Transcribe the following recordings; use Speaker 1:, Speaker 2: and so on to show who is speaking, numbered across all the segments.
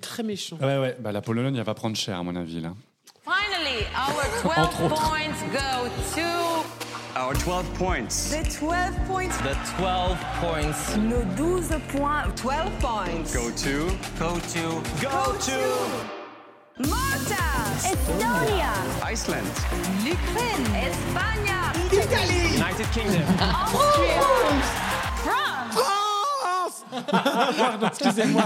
Speaker 1: très méchant.
Speaker 2: Ouais, ouais, bah, la Pologne, elle va prendre cher, à mon avis, là.
Speaker 3: Finally, our 12 points go to
Speaker 4: Our 12 points.
Speaker 5: The 12 points.
Speaker 6: The 12 points
Speaker 5: Nos 12 points. 12 points.
Speaker 4: Go to.
Speaker 6: go to
Speaker 4: Go to.
Speaker 5: Malta.
Speaker 3: Estonia,
Speaker 4: Iceland.
Speaker 5: L'Ukraine.
Speaker 3: Espagne,
Speaker 6: United Kingdom.
Speaker 3: France.
Speaker 2: Pardon, excusez-moi.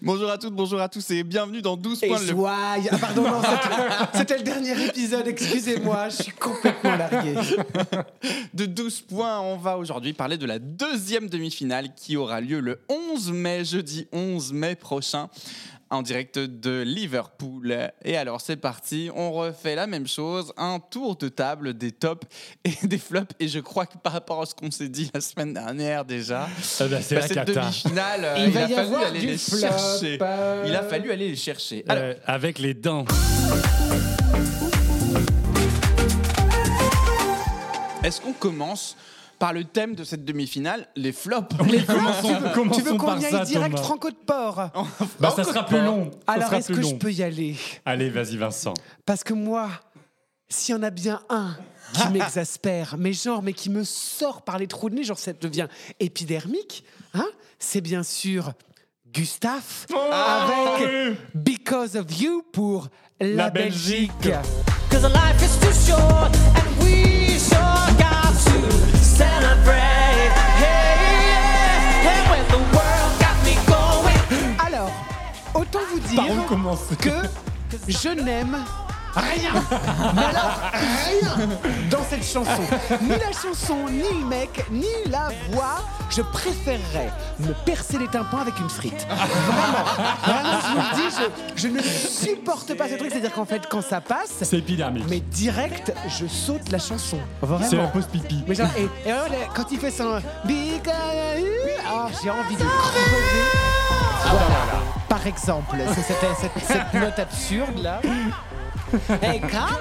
Speaker 7: Bonjour à toutes, bonjour à tous et bienvenue dans 12
Speaker 1: Et
Speaker 7: points le
Speaker 1: soye- Ah pardon, non, c'était- c'était le dernier épisode, excusez-moi, je suis complètement largué.
Speaker 7: de 12 points. On va aujourd'hui parler de la deuxième demi-finale qui aura lieu le 11 mai, jeudi 11 mai prochain, en direct de Liverpool. Et alors c'est parti, on refait la même chose, un tour de table des tops et des flops. Et je crois que par rapport à ce qu'on s'est dit la semaine dernière déjà,
Speaker 2: Ah c'est
Speaker 7: bah,
Speaker 2: la
Speaker 7: cette
Speaker 2: cata.
Speaker 7: demi-finale, euh,
Speaker 1: Il,
Speaker 7: il,
Speaker 1: va
Speaker 7: a
Speaker 1: y
Speaker 7: fallu
Speaker 1: avoir
Speaker 7: aller
Speaker 1: du
Speaker 7: les
Speaker 1: flop.
Speaker 7: chercher.
Speaker 1: euh,
Speaker 7: Il a fallu aller les chercher. Alors,
Speaker 2: Euh, avec les dents.
Speaker 7: est-ce qu'on commence par le thème de cette demi-finale, les flops
Speaker 2: Les commençons,
Speaker 1: Tu veux
Speaker 2: commençons
Speaker 1: qu'on
Speaker 2: par
Speaker 1: y
Speaker 2: ça,
Speaker 1: aille direct
Speaker 2: Thomas.
Speaker 1: franco de port
Speaker 2: Bah, ça sera plus long. ça
Speaker 1: Alors
Speaker 2: sera
Speaker 1: est-ce
Speaker 2: plus
Speaker 1: que je
Speaker 2: long.
Speaker 1: peux y aller
Speaker 2: Allez, vas-y, Vincent.
Speaker 1: Parce que moi, s'il y en a bien un qui m'exaspère, mais genre, mais qui me sort par les trous de nez, genre ça devient épidermique, hein, c'est bien sûr Gustave
Speaker 2: Oh, ah
Speaker 1: avec Because of You pour la,
Speaker 2: La Belgique.
Speaker 1: Belgique. Alors, autant vous
Speaker 2: Par où
Speaker 1: dire
Speaker 2: commencer
Speaker 1: que je n'aime rien. Mais alors, rien dans cette chanson. Ni la chanson, ni le mec, ni la voix. Je préférerais me percer les tympans avec une frite. Vraiment. Vraiment, je vous le dis, je, je ne supporte pas ce truc. C'est-à-dire qu'en fait, quand ça passe,
Speaker 2: C'est épidermique.
Speaker 1: mais direct, je saute la chanson. Vraiment.
Speaker 2: C'est la pause pipi.
Speaker 1: Mais genre, et, et alors, là, quand il fait son Big ah, j'ai envie de crever. Voilà. Par exemple, c'est cette, cette- cette note absurde là. Hey, Carl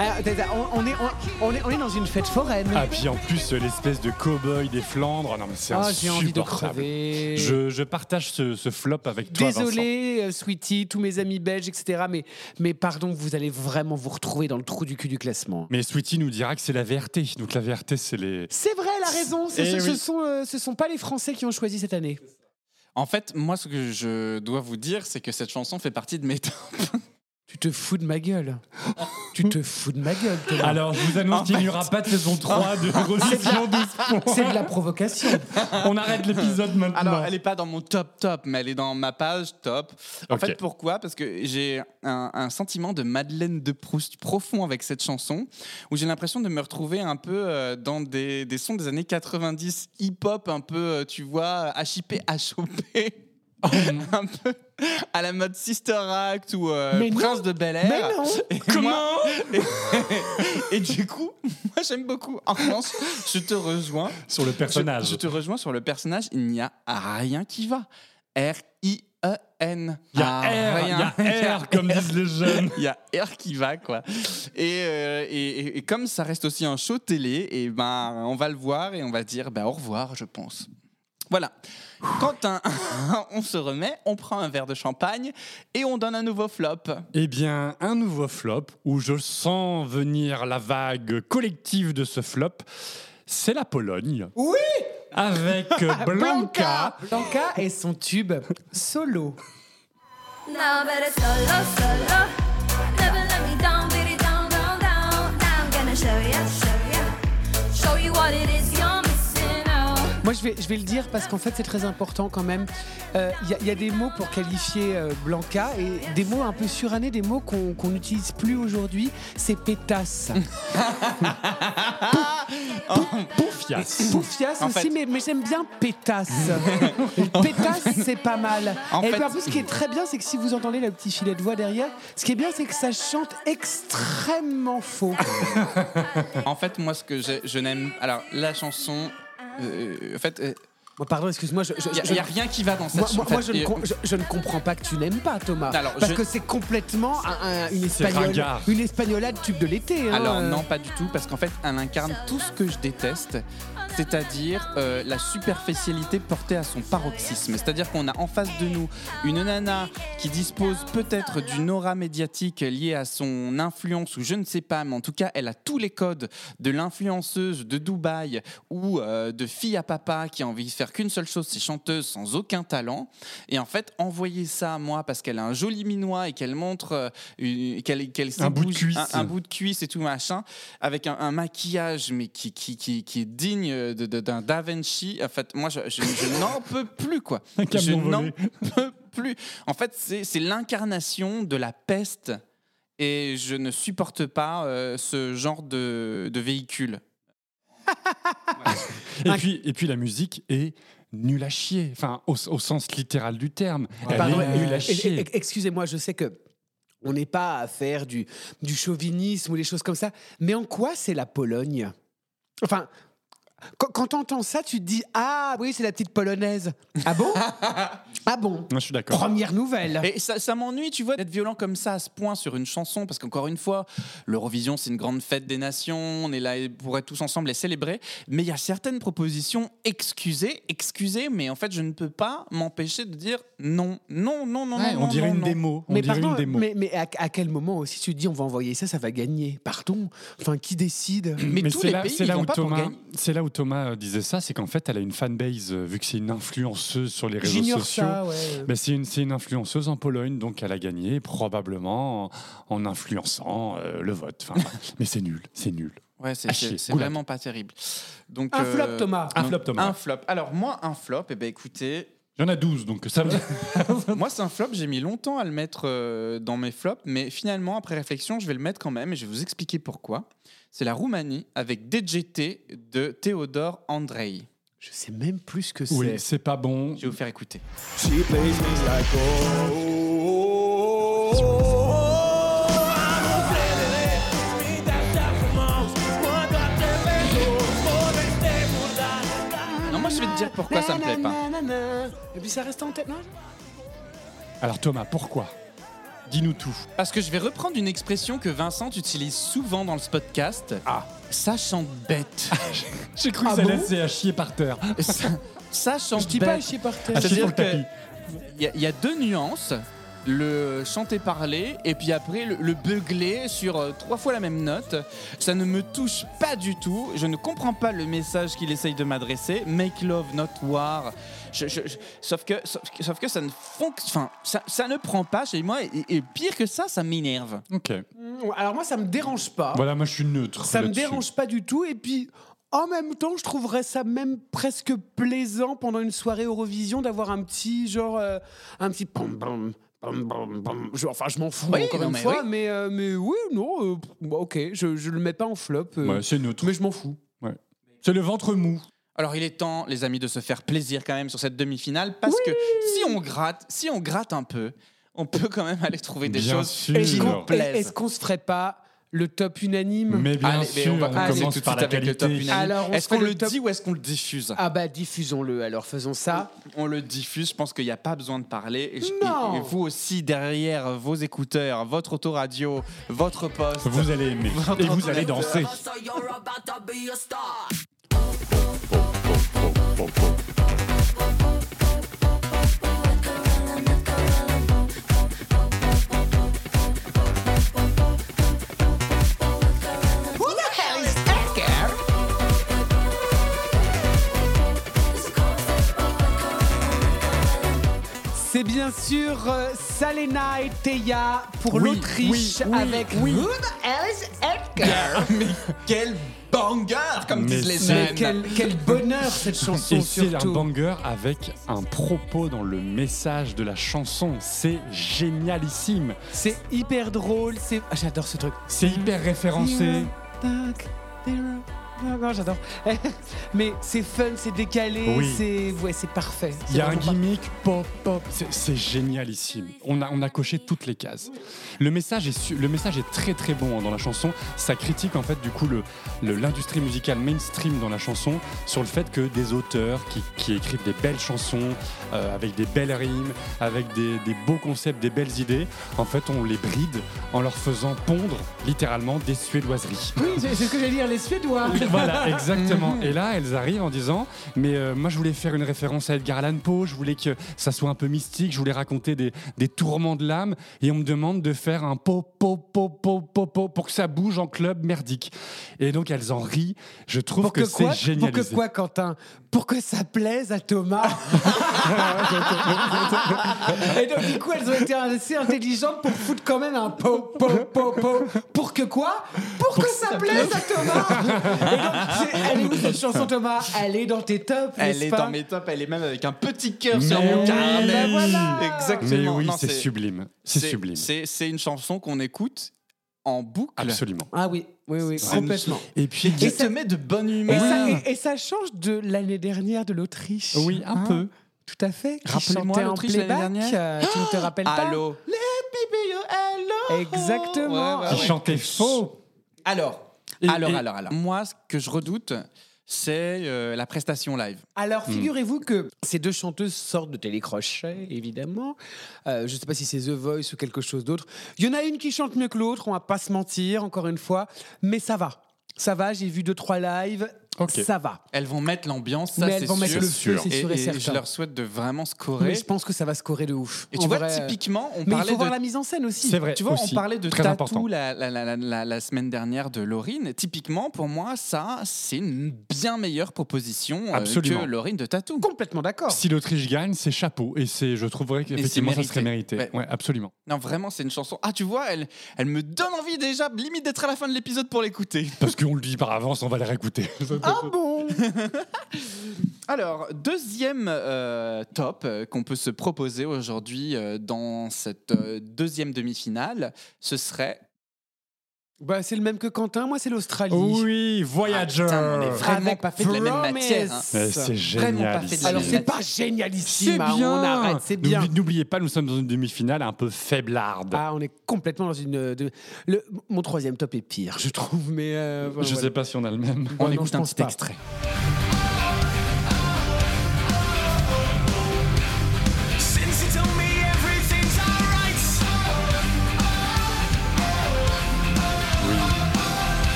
Speaker 1: Euh, t'es- on, on est, on, on est, on est dans une fête foraine.
Speaker 2: Ah, puis en plus, euh, l'espèce de cow-boy des Flandres. Oh, Non, mais c'est
Speaker 1: Ah, j'ai envie de
Speaker 2: insupportable.
Speaker 1: crever.
Speaker 2: Je, je partage ce, ce flop avec toi, Vincent.
Speaker 1: Désolé, euh, Sweetie, tous mes amis belges, etc. Mais, mais pardon, vous allez vraiment vous retrouver dans le trou du cul du classement.
Speaker 2: Mais Sweetie nous dira que c'est la VRT. Donc la VRT, c'est les.
Speaker 1: C'est vrai, elle a raison. Ce,
Speaker 2: Eh
Speaker 1: ce- ce
Speaker 2: oui.
Speaker 1: sont, euh, ce sont pas les Français qui ont choisi cette année.
Speaker 7: En fait, moi, ce que je dois vous dire, c'est que cette chanson fait partie de mes temps.
Speaker 1: Tu te fous de ma gueule. tu te fous de ma gueule, Thomas.
Speaker 2: Alors, je vous annonce qu'il n'y aura pas de saison 3 de Revision 12 points.
Speaker 1: C'est de la provocation.
Speaker 2: On arrête l'épisode maintenant.
Speaker 7: Alors, elle n'est pas dans mon top top, mais elle est dans ma page top. En
Speaker 2: Ok.
Speaker 7: fait, pourquoi Parce que j'ai un, un sentiment de Madeleine de Proust profond avec cette chanson, où j'ai l'impression de me retrouver un peu euh, dans des, des sons des années 90 hip-hop, un peu, euh, tu vois, HIP, HOP. un peu à la mode Sister Act ou euh,
Speaker 1: Mais non.
Speaker 7: Prince de Bel Air.
Speaker 1: Mais non.
Speaker 7: Et moi- et, et du coup, moi j'aime beaucoup. En France, je te rejoins.
Speaker 2: Sur le
Speaker 7: Je-
Speaker 2: personnage.
Speaker 7: Je, te rejoins sur le personnage. Il n'y a rien qui va. R I E N. Ah,
Speaker 2: Il y a R, Ah, il
Speaker 7: rien.
Speaker 2: y a R, comme disent les jeunes.
Speaker 7: Il y a R qui va quoi. Et, euh, et, et- et comme ça reste aussi un show télé, et ben on va le voir et on va dire ben, au revoir, je pense. Voilà. Quand un- on se remet, on prend un verre de champagne et on donne un nouveau flop.
Speaker 2: Eh bien, un nouveau flop, où je sens venir la vague collective de ce flop, c'est la Pologne. Oui Avec euh, Blanca.
Speaker 1: Blanca et son tube solo.
Speaker 3: Now better solo, solo. Never let me down, baby, down, down, down. Now I'm gonna show ya, show ya, show you what it is you're missing out.
Speaker 1: Moi, je vais, je vais le dire parce qu'en fait, c'est très important quand même. Euh, Il y, a- il y a des mots pour qualifier euh, Blanca et des mots un peu surannés, des mots qu'on qu'on n'utilise plus aujourd'hui. C'est pétasse.
Speaker 2: Poufias.
Speaker 1: Poufias
Speaker 7: En
Speaker 1: aussi,
Speaker 7: fait-
Speaker 1: mais, mais j'aime bien pétasse. pétasse, c'est pas mal.
Speaker 7: En
Speaker 1: et
Speaker 7: fait-
Speaker 1: puis en plus, ce qui est très bien, c'est que si vous entendez le petit filet de voix derrière, ce qui est bien, c'est que ça chante extrêmement faux.
Speaker 7: En fait, moi, ce que j'ai- je n'aime. Alors, la chanson. euh, en fait,
Speaker 1: Bon, Oh, pardon, excuse-moi, je, je-
Speaker 7: il
Speaker 1: je-
Speaker 7: n'y a, rien qui va dans cette
Speaker 1: Moi,
Speaker 7: chanson.
Speaker 1: moi-
Speaker 7: En
Speaker 1: moi,
Speaker 7: fait,
Speaker 1: je, ne
Speaker 7: et-
Speaker 1: com- je- je ne comprends pas que tu n'aimes pas Thomas.
Speaker 7: Alors,
Speaker 1: parce
Speaker 7: je-
Speaker 1: que c'est complètement un- un- une,
Speaker 2: C'est
Speaker 1: espagnole,
Speaker 2: ringard.
Speaker 1: une espagnolade tube de l'été. hein.
Speaker 7: Alors non, pas du tout, parce qu'en fait, elle incarne tout ce que je déteste. c'est-à-dire euh, la superficialité portée à son paroxysme. C'est-à-dire qu'on a en face de nous une nana qui dispose peut-être d'une aura médiatique liée à son influence ou je ne sais pas, mais en tout cas, elle a tous les codes de l'influenceuse de Dubaï ou euh, de fille à papa qui a envie de faire qu'une seule chose, c'est chanteuse sans aucun talent. Et en fait, envoyer ça à moi parce qu'elle a un joli minois et qu'elle montre euh, une- qu'elle qu'elle
Speaker 2: Un bout de
Speaker 7: s'ébouche-
Speaker 2: cuisse.
Speaker 7: un, un bout de cuisse et tout machin, avec un, un maquillage mais qui, qui, qui, qui est digne de- de- d'un Da Vinci. En fait, moi, je, je- je n'en peux plus, quoi.
Speaker 2: Un
Speaker 7: Je
Speaker 2: camion
Speaker 7: n'en
Speaker 2: volé.
Speaker 7: peux plus. En fait, c'est c'est l'incarnation de la peste et je ne supporte pas euh, ce genre de, de véhicule.
Speaker 2: Et puis, et puis la musique est nulle à chier, enfin au, au sens littéral du terme. Elle
Speaker 1: Pardon,
Speaker 2: est nulle à
Speaker 1: et- et-
Speaker 2: chier.
Speaker 1: et- Excusez-moi, je sais que on n'est pas à faire du, du chauvinisme ou des choses comme ça, mais en quoi c'est la Pologne Enfin, quand, quand t'entends ça, tu te dis Ah oui, c'est la petite polonaise. Ah bon Ah bon
Speaker 2: Moi, je suis d'accord.
Speaker 1: Première nouvelle.
Speaker 7: Et ça, ça m'ennuie, tu vois, d'être violent comme ça à ce point sur une chanson, parce qu'encore une fois, l'Eurovision, c'est une grande fête des nations, on est là pour être tous ensemble et célébrer, mais il y a certaines propositions, excusez, excusez, mais en fait, je ne peux pas m'empêcher de dire non, non, non, non,
Speaker 2: Ouais,
Speaker 7: non.
Speaker 2: on dirait
Speaker 7: non,
Speaker 2: une
Speaker 7: non.
Speaker 2: démo. On
Speaker 1: mais
Speaker 2: dirait
Speaker 1: pardon,
Speaker 2: une démo.
Speaker 1: mais, mais à, à quel moment aussi tu te dis on va envoyer ça, ça va gagner Pardon Enfin, qui décide
Speaker 7: Mais, tous
Speaker 2: c'est
Speaker 7: les
Speaker 2: là-
Speaker 7: pays,
Speaker 2: c'est
Speaker 7: ils
Speaker 2: là,
Speaker 7: vont
Speaker 2: où
Speaker 7: pas pour
Speaker 2: Thomas,
Speaker 7: gagner.
Speaker 2: c'est là où Thomas euh, disait ça, c'est qu'en fait, elle a une fanbase euh, vu que c'est une influenceuse sur les réseaux
Speaker 1: J'ignore
Speaker 2: sociaux.
Speaker 1: ça, ouais.
Speaker 2: Mais c'est une, c'est une influenceuse en Pologne, donc elle a gagné probablement en, en influençant euh, le vote. Enfin, voilà. mais c'est nul, c'est nul.
Speaker 7: Ouais, c'est-
Speaker 2: Ah,
Speaker 7: c'est
Speaker 2: chier.
Speaker 7: c'est
Speaker 2: Goulag.
Speaker 7: vraiment pas terrible. Donc, euh,
Speaker 1: Un flop, Thomas.
Speaker 2: Un flop, Thomas.
Speaker 7: Un flop. Alors, moi, un flop, eh ben, écoutez,
Speaker 2: Il y en a 12, donc ça va.
Speaker 7: Moi, c'est un flop. J'ai mis longtemps à le mettre euh, dans mes flops, mais finalement, après réflexion, je vais le mettre quand même et je vais vous expliquer pourquoi. C'est la Roumanie avec DGT de Théodore Andrei.
Speaker 1: Je sais même plus ce que c'est.
Speaker 2: oui, c'est pas bon.
Speaker 7: Je vais vous faire écouter.
Speaker 8: She plays me like oh. I'm a celebrity. Speed that dark mouse. Moi, dans tes maisons, faut rester pour la-
Speaker 7: Non, moi, je vais te dire pourquoi ça me plaît pas.
Speaker 1: Nanana. Et puis ça reste en tête, non
Speaker 2: Alors Thomas, pourquoi Dis-nous tout.
Speaker 1: Ah
Speaker 7: Parce que je vais reprendre une expression que Vincent utilise souvent dans ce podcast. Ah. Ça chante bête.
Speaker 2: J'ai cru
Speaker 1: Ah
Speaker 2: que ça
Speaker 1: bon
Speaker 2: laissait à chier par terre.
Speaker 7: ça, ça chante
Speaker 1: Je dis pas
Speaker 7: bête. Ah,
Speaker 1: chier par terre.
Speaker 2: À chier
Speaker 7: C'est-à-dire
Speaker 2: sur le tapis.
Speaker 7: Il y, a- il y a deux nuances le chanter-parler et puis après le, le beugler sur euh, trois fois la même note. Ça ne me touche pas du tout. Je ne comprends pas le message qu'il essaye de m'adresser. Make love, not war. Je- je- je- sauf, que, sauf, que- sauf que ça ne fonctionne. Enfin, ça, ça ne prend pas chez moi et, et pire que ça, ça m'énerve.
Speaker 2: Ok.
Speaker 1: Alors moi, ça me dérange pas.
Speaker 2: Ah. Voilà, moi je suis neutre.
Speaker 1: Ça me
Speaker 2: là-dessus.
Speaker 1: dérange pas du tout. Et puis, en même temps, je trouverais ça même presque plaisant pendant une soirée Eurovision d'avoir un petit genre, euh, un petit pom pom. pom, pom, pom. Je- enfin, je m'en fous
Speaker 7: Oui,
Speaker 1: encore
Speaker 7: non,
Speaker 1: une
Speaker 7: mais
Speaker 1: fois,
Speaker 7: oui.
Speaker 1: mais, euh, mais oui, non, euh, pff, bah, ok, je, je le mets pas en flop, euh,
Speaker 2: Ouais, c'est neutre.
Speaker 1: mais je m'en fous.
Speaker 2: C'est le ventre mou.
Speaker 7: Alors il est temps, les amis, de se faire plaisir quand même sur cette demi-finale parce que si on gratte, si on gratte un peu, on peut quand même aller trouver des
Speaker 2: Bien
Speaker 7: choses
Speaker 2: sûr.
Speaker 7: qui
Speaker 2: Est-ce
Speaker 1: Est-ce
Speaker 7: nous
Speaker 1: qu'on-
Speaker 2: Sûr.
Speaker 7: plaisent.
Speaker 1: Est-ce qu'on se ferait pas le top unanime
Speaker 2: Mais bien
Speaker 7: Allez, mais
Speaker 2: sûr,
Speaker 7: on
Speaker 2: on
Speaker 7: va commencer
Speaker 2: commence
Speaker 7: tout de
Speaker 2: par
Speaker 7: suite
Speaker 2: la
Speaker 7: avec le
Speaker 2: qualité.
Speaker 7: top unanime.
Speaker 1: Alors, on
Speaker 7: Est-ce
Speaker 1: fait
Speaker 7: qu'on
Speaker 1: le
Speaker 7: le
Speaker 1: top-
Speaker 7: dit ou est-ce qu'on le diffuse
Speaker 1: Ah bah diffusons-le, alors faisons ça.
Speaker 7: On le diffuse, je pense qu'il n'y a pas besoin de parler. Et, je-
Speaker 1: Non.
Speaker 7: et- et vous aussi, derrière vos écouteurs, votre autoradio, votre poste.
Speaker 2: Vous allez aimer. Et vous allez danser.
Speaker 5: So you're about to be a star.
Speaker 1: C'est bien sûr euh, Salena et Théa pour
Speaker 7: Oui,
Speaker 1: l'Autriche
Speaker 7: oui, oui,
Speaker 1: avec
Speaker 7: oui.
Speaker 1: Who
Speaker 7: mais quel banger, comme
Speaker 2: Mais
Speaker 7: disent les
Speaker 2: c'est-
Speaker 1: Mais
Speaker 7: jeunes.
Speaker 1: quel, quel bonheur cette
Speaker 2: Et
Speaker 1: chanson
Speaker 2: c'est un
Speaker 1: surtout.
Speaker 2: banger avec un propos dans le message de la chanson. C'est génialissime.
Speaker 1: C'est hyper drôle, c'est ah, j'adore ce truc.
Speaker 2: C'est hyper référencé.
Speaker 1: Ah, Non, j'adore. Mais c'est fun, c'est décalé,
Speaker 2: Oui.
Speaker 1: c'est ouais, c'est parfait.
Speaker 2: Il y a un
Speaker 1: C'est vraiment
Speaker 2: gimmick pop pop, c'est- c'est génialissime. On a, on a coché toutes les cases. Le message est su- le message est très très bon hein, dans la chanson. Ça critique en fait du coup le le- l'industrie musicale mainstream dans la chanson sur le fait que des auteurs qui, qui écrivent des belles chansons euh, avec des belles rimes, avec des, des beaux concepts, des belles idées, en fait on les bride en leur faisant pondre littéralement des suédoiseries.
Speaker 1: pas- Oui, c'est c'est ce que j'allais dire les Suédois.
Speaker 2: Voilà, exactement. Et là, elles arrivent en disant Mais euh, moi, je voulais faire une référence à Edgar Allan Poe, je voulais que ça soit un peu mystique, je voulais raconter des, des tourments de l'âme, et on me demande de faire un po, po, po, po, po, po, pour que ça bouge en club merdique. Et donc, elles en rient. Je trouve
Speaker 1: Pour
Speaker 2: que,
Speaker 1: que, quoi
Speaker 2: c'est génial.
Speaker 1: Pour que quoi, Quentin Pour que ça plaise à Thomas. Et donc, du coup, elles ont été assez intelligentes pour foutre quand même un po, po, po, po. Pour que quoi Pour, que, ça, plaise à Thomas. Et donc, c'est- elle est où cette chanson, Thomas Elle est dans tes tops,
Speaker 7: Elle
Speaker 1: n'est-ce
Speaker 7: est
Speaker 1: pas
Speaker 7: dans mes tops, elle est même avec un petit cœur
Speaker 2: Mais
Speaker 7: sur mon
Speaker 2: oui.
Speaker 7: carnet.
Speaker 2: Bah
Speaker 1: voilà.
Speaker 7: Exactement.
Speaker 2: Mais oui,
Speaker 7: Non,
Speaker 2: c'est sublime. C'est sublime.
Speaker 7: C'est c'est une chanson qu'on écoute en boucle.
Speaker 2: Absolument.
Speaker 1: Ah oui, oui, oui,
Speaker 7: C'est une-
Speaker 1: complètement.
Speaker 2: Et puis,
Speaker 7: Qui te met de bonne humeur.
Speaker 1: Et ça, et- et ça change de l'année dernière de l'Autriche.
Speaker 2: Oui, un
Speaker 1: Hein
Speaker 2: peu.
Speaker 1: Tout à fait. Qui
Speaker 7: Rappelle-moi
Speaker 1: chantait en
Speaker 7: l'Autriche l'année
Speaker 1: playback.
Speaker 7: dernière.
Speaker 1: euh, tu ne te rappelles pas
Speaker 7: Allô. Let me be your hello.
Speaker 1: Exactement.
Speaker 7: Ouais,
Speaker 6: Ah
Speaker 7: ouais,
Speaker 2: qui
Speaker 7: ouais.
Speaker 2: chantait faux.
Speaker 7: Alors,
Speaker 2: Et-
Speaker 7: alors,
Speaker 2: et-
Speaker 7: alors, alors. Moi, ce que je redoute, c'est euh, la prestation live.
Speaker 1: Alors,
Speaker 2: Hmm.
Speaker 1: figurez-vous que ces deux chanteuses sortent de télécrochet, évidemment. Euh, je ne sais pas si c'est The Voice ou quelque chose d'autre. Il y en a une qui chante mieux que l'autre, on va pas se mentir, encore une fois. Mais ça va. Ça va, j'ai vu deux, trois lives.
Speaker 2: Ok.
Speaker 1: Ça va.
Speaker 7: Elles vont mettre l'ambiance, ça
Speaker 1: Mais elles
Speaker 7: c'est
Speaker 1: vont mettre
Speaker 7: sûr.
Speaker 1: le feu, c'est
Speaker 7: Et-
Speaker 1: sûr et certain.
Speaker 7: je leur souhaite de vraiment
Speaker 1: Mais
Speaker 7: scorer.
Speaker 1: je pense que ça va scorer de ouf.
Speaker 7: Et tu
Speaker 1: En
Speaker 7: vois,
Speaker 1: vrai, euh,
Speaker 7: typiquement, on
Speaker 1: Mais il
Speaker 7: parlait
Speaker 1: faut voir
Speaker 7: de
Speaker 1: la mise en scène aussi.
Speaker 2: C'est vrai.
Speaker 7: Tu vois,
Speaker 2: aussi.
Speaker 7: on parlait de
Speaker 2: Très important.
Speaker 7: tatou la, la- la- la- la semaine dernière de Laurine. Typiquement, pour moi, ça, c'est une bien meilleure proposition euh,
Speaker 2: Absolument.
Speaker 7: que Laurine de tatou.
Speaker 1: Complètement d'accord.
Speaker 2: Si l'Autriche gagne, c'est chapeau. Et c'est, je trouverais qu'effectivement, ça
Speaker 7: mérité.
Speaker 2: serait mérité.
Speaker 7: Ouais.
Speaker 2: ouais absolument.
Speaker 7: Non, vraiment, c'est une chanson. Ah, tu vois, elle, elle me donne envie déjà, limite d'être à la fin de l'épisode pour l'écouter.
Speaker 2: Parce qu'on le dit par avance, on va les réécouter.
Speaker 1: Ah bon
Speaker 7: Alors, deuxième euh, top euh, qu'on peut se proposer aujourd'hui euh, dans cette euh, deuxième demi-finale, ce serait.
Speaker 1: Bah, c'est le même que Quentin, moi c'est l'Australie.
Speaker 2: oui,
Speaker 7: Ah,
Speaker 2: Voyager.
Speaker 7: putain, on est vraiment
Speaker 1: Avec
Speaker 7: pas fait de la même
Speaker 1: Promise.
Speaker 7: matière. hein.
Speaker 2: Eh, c'est
Speaker 7: Vraiment pas
Speaker 2: génial.
Speaker 7: fait de
Speaker 2: ici.
Speaker 7: la
Speaker 1: Alors
Speaker 7: même
Speaker 1: c'est pas
Speaker 2: C'est
Speaker 1: génialissime, hein,
Speaker 2: bien.
Speaker 1: on arrête, c'est bien.
Speaker 2: N'oublie- N'oubliez pas, nous sommes dans une demi-finale un peu faiblarde.
Speaker 1: Ah, on est complètement dans une. euh, de- le- mon troisième top est pire, je trouve, mais. euh, voilà,
Speaker 2: je sais
Speaker 1: voilà.
Speaker 2: pas si on a le même.
Speaker 1: Bah
Speaker 7: on
Speaker 1: non,
Speaker 7: écoute
Speaker 1: je
Speaker 7: un
Speaker 1: pense
Speaker 7: petit
Speaker 1: pas.
Speaker 7: extrait.
Speaker 8: Since you told me everything's alright,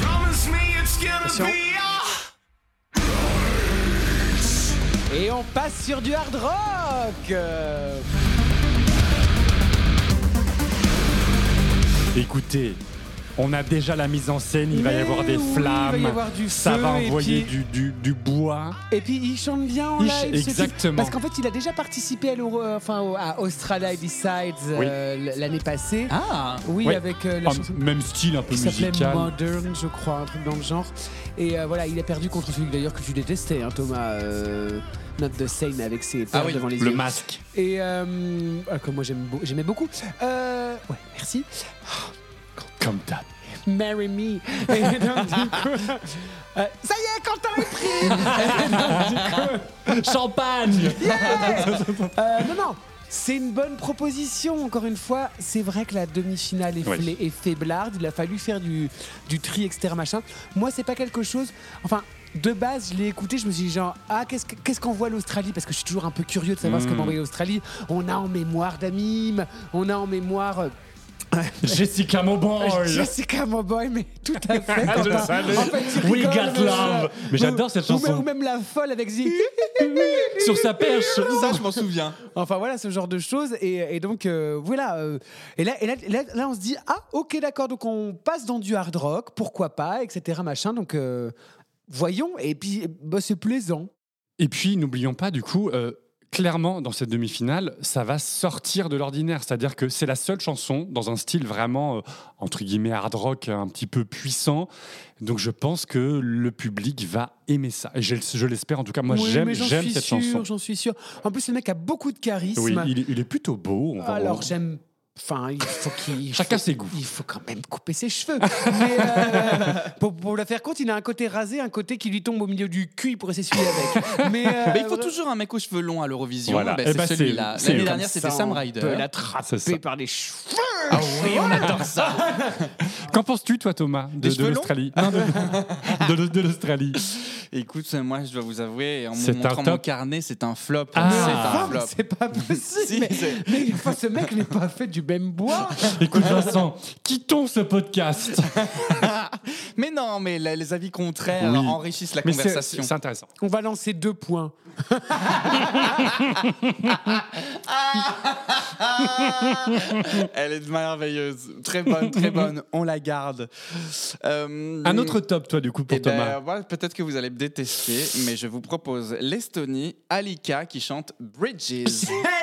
Speaker 8: promise me it's gonna
Speaker 1: Attention.
Speaker 8: be alright.
Speaker 1: Et on passe sur du hard rock euh,
Speaker 2: Écoutez, on a déjà la mise en scène, il va y
Speaker 1: Mais
Speaker 2: avoir des
Speaker 1: oui,
Speaker 2: flammes.
Speaker 1: il va y avoir du
Speaker 2: ça
Speaker 1: feu
Speaker 2: va
Speaker 1: et
Speaker 2: envoyer
Speaker 1: puis-
Speaker 2: du, du, du bois.
Speaker 1: Et puis il chante bien en
Speaker 2: Il ch-
Speaker 1: live. ce type.
Speaker 2: exactement.
Speaker 1: Parce qu'en fait, il a déjà participé à, l'Euro- euh, enfin, au- à Australia Decides euh, l'année passée.
Speaker 7: Ah
Speaker 1: oui,
Speaker 2: Oui.
Speaker 1: avec euh, la
Speaker 2: Ah,
Speaker 1: chanson
Speaker 2: même style un peu
Speaker 1: qui s'appelait
Speaker 2: musical.
Speaker 1: Modern, je crois, un truc dans le genre. Et euh, voilà, il a perdu contre celui d'ailleurs que tu détestais, hein, Thomas. euh, Not the same avec ses peurs
Speaker 7: Ah oui,
Speaker 1: devant les
Speaker 2: Le
Speaker 1: yeux.
Speaker 2: masque.
Speaker 1: Et euh, ah, comme moi j'aime beau- j'aimais beaucoup. Euh, ouais, merci.
Speaker 2: Comme d'hab.
Speaker 1: Marry me. Et donc, du coup, euh, ça y est, Quentin est pris. Champagne. Euh, non, non. C'est une bonne proposition, encore une fois. C'est vrai que la demi-finale est,
Speaker 2: Oui.
Speaker 1: flé- est faiblarde. Il a fallu faire du, du tri, etc. Machin. Moi, c'est pas quelque chose. Enfin, de base, je l'ai écouté. Je me suis dit, genre, ah, qu'est-ce que- qu'est-ce qu'envoie l'Australie Parce que je suis toujours un peu curieux de savoir ce que m'envoie l'Australie. On a en mémoire Damim, on a en mémoire. euh,
Speaker 2: Jessica Mobile.
Speaker 1: Jessica, mon boy, mais tout à fait.
Speaker 2: Ah, je
Speaker 1: Quentin.
Speaker 2: savais.
Speaker 1: En fait, tu
Speaker 2: We
Speaker 1: rigoles,
Speaker 2: got
Speaker 1: mais,
Speaker 2: love.
Speaker 1: euh,
Speaker 2: Mais j'adore cette
Speaker 1: ou même-
Speaker 2: chanson.
Speaker 1: Ou même la folle avec Zig.
Speaker 2: Sur sa perche.
Speaker 7: Ça, je m'en souviens.
Speaker 1: Enfin voilà, ce genre de choses. Et, et donc euh, voilà. euh, et là, et là, là, là, on se dit ah ok d'accord. Donc on passe dans du hard rock, pourquoi pas, etc. Machin. Donc euh, voyons. Et puis bah, c'est plaisant.
Speaker 2: Et puis, n'oublions pas, du coup, euh, clairement, dans cette demi-finale, ça va sortir de l'ordinaire. C'est-à-dire que c'est la seule chanson dans un style vraiment, euh, entre guillemets, hard rock, un petit peu puissant. Donc, je pense que le public va aimer ça. Et je, je l'espère, en tout cas, moi,
Speaker 1: Oui,
Speaker 2: j'aime
Speaker 1: mais j'en
Speaker 2: j'aime
Speaker 1: suis
Speaker 2: cette
Speaker 1: sûr,
Speaker 2: chanson.
Speaker 1: J'en suis sûr. En plus le mec a beaucoup de charisme.
Speaker 2: Oui, il, est- il est plutôt beau. on va-
Speaker 1: Alors
Speaker 2: on-
Speaker 1: j'aime. Enfin, il faut qu'il. il
Speaker 2: Chacun
Speaker 1: faut-
Speaker 2: ses goûts.
Speaker 1: Il faut quand même couper ses cheveux. Mais euh, pour, pour le faire compte, il a un côté rasé, un côté qui lui tombe au milieu du cul pour s'essuyer avec. Mais, euh,
Speaker 7: Mais il faut toujours un mec aux cheveux longs à l'Eurovision.
Speaker 2: Ah, Voilà.
Speaker 7: Ben,
Speaker 2: Eh
Speaker 7: c'est
Speaker 2: ben, c'est-
Speaker 7: celui-là.
Speaker 2: c'est
Speaker 7: L'année
Speaker 2: eux.
Speaker 7: dernière, c'était
Speaker 1: ça,
Speaker 7: Sam
Speaker 1: on
Speaker 7: Rider.
Speaker 1: peut
Speaker 2: C'est
Speaker 1: Coupé
Speaker 2: ça.
Speaker 1: par les cheveux.
Speaker 7: Ah oui, on adore ça.
Speaker 2: Qu'en penses-tu, toi, Thomas, de,
Speaker 7: Des
Speaker 2: de
Speaker 7: cheveux longs
Speaker 2: l'Australie Non, de, de- de l'Australie.
Speaker 7: Écoute, euh, moi, je dois vous avouer, en me
Speaker 2: C'est un
Speaker 7: montrant mon
Speaker 2: top.
Speaker 7: carnet, c'est un flop.
Speaker 2: Ah.
Speaker 7: C'est
Speaker 1: Ah,
Speaker 7: un
Speaker 1: mais
Speaker 7: flop.
Speaker 1: c'est pas possible.
Speaker 7: Si,
Speaker 1: mais,
Speaker 7: c'est-
Speaker 1: mais enfin, ce mec n'est pas fait du même bois.
Speaker 2: Écoute, Vincent, quittons ce podcast.
Speaker 7: Mais non, mais la- les avis contraires
Speaker 2: Oui.
Speaker 7: enrichissent la
Speaker 2: Mais c'est-
Speaker 7: conversation.
Speaker 2: c'est intéressant.
Speaker 6: On va lancer deux points.
Speaker 7: Ah. Elle est merveilleuse. Très bonne, très bonne. On la garde. Euh,
Speaker 2: Un autre top, toi, du coup, pour
Speaker 7: eh ben,
Speaker 2: Thomas.
Speaker 7: voilà, Peut-être que vous allez me détester, mais je vous propose l'Estonie, Alika qui chante Bridges.
Speaker 6: Elle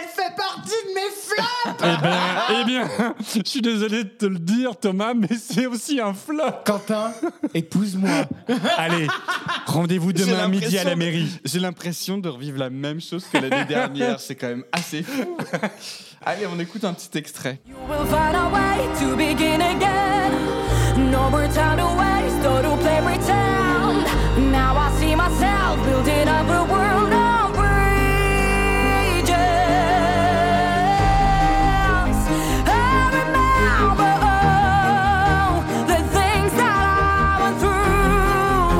Speaker 6: fait partie de mes flammes
Speaker 2: Eh bien, eh bien, je suis désolé de te le dire, Thomas, mais c'est aussi un flop.
Speaker 6: Quentin, épouse-moi.
Speaker 2: Allez, rendez-vous
Speaker 7: J'ai
Speaker 2: demain à midi à
Speaker 7: l'impression
Speaker 2: la
Speaker 7: de-
Speaker 2: mairie.
Speaker 7: J'ai l'impression de revivre la même chose que l'année dernière. C'est quand même assez fou. allez, on écoute un petit extrait.
Speaker 9: We'll find a way to begin again. No more time to waste or to play pretend. Now I see myself building up a world of bridges. I remember all the things that I went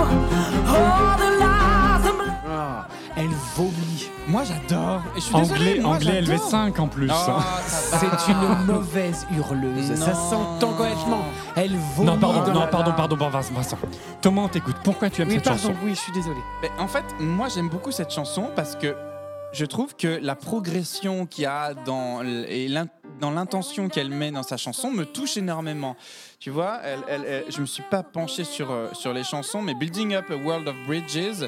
Speaker 9: through, all the lies and bl-
Speaker 6: Elle vomit.
Speaker 7: Moi, j'adore. Et je suis
Speaker 2: Anglais,
Speaker 7: désolé, moi,
Speaker 2: anglais
Speaker 7: j'adore.
Speaker 2: LV5 en plus. hein.
Speaker 7: Ah, ça va.
Speaker 6: C'est une mauvaise hurleuse. Ça
Speaker 7: Non.
Speaker 6: sent engagement. Elle
Speaker 1: oh
Speaker 6: vomit.
Speaker 2: Non, pardon,
Speaker 6: dans
Speaker 2: non,
Speaker 6: la-
Speaker 2: pardon, pardon, pardon, Vincent, Vincent. Thomas, on t'écoute. Pourquoi tu aimes
Speaker 6: Oui,
Speaker 2: cette
Speaker 6: pardon,
Speaker 2: chanson
Speaker 6: oui, je suis désolé.
Speaker 7: Mais en fait, moi j'aime beaucoup cette chanson parce que je trouve que la progression qu'il y a dans l- et l'in- dans l'intention qu'elle met dans sa chanson me touche énormément. Tu vois, elle, elle- elle- je me suis pas penché sur, euh, sur les chansons, mais Building Up a World of Bridges,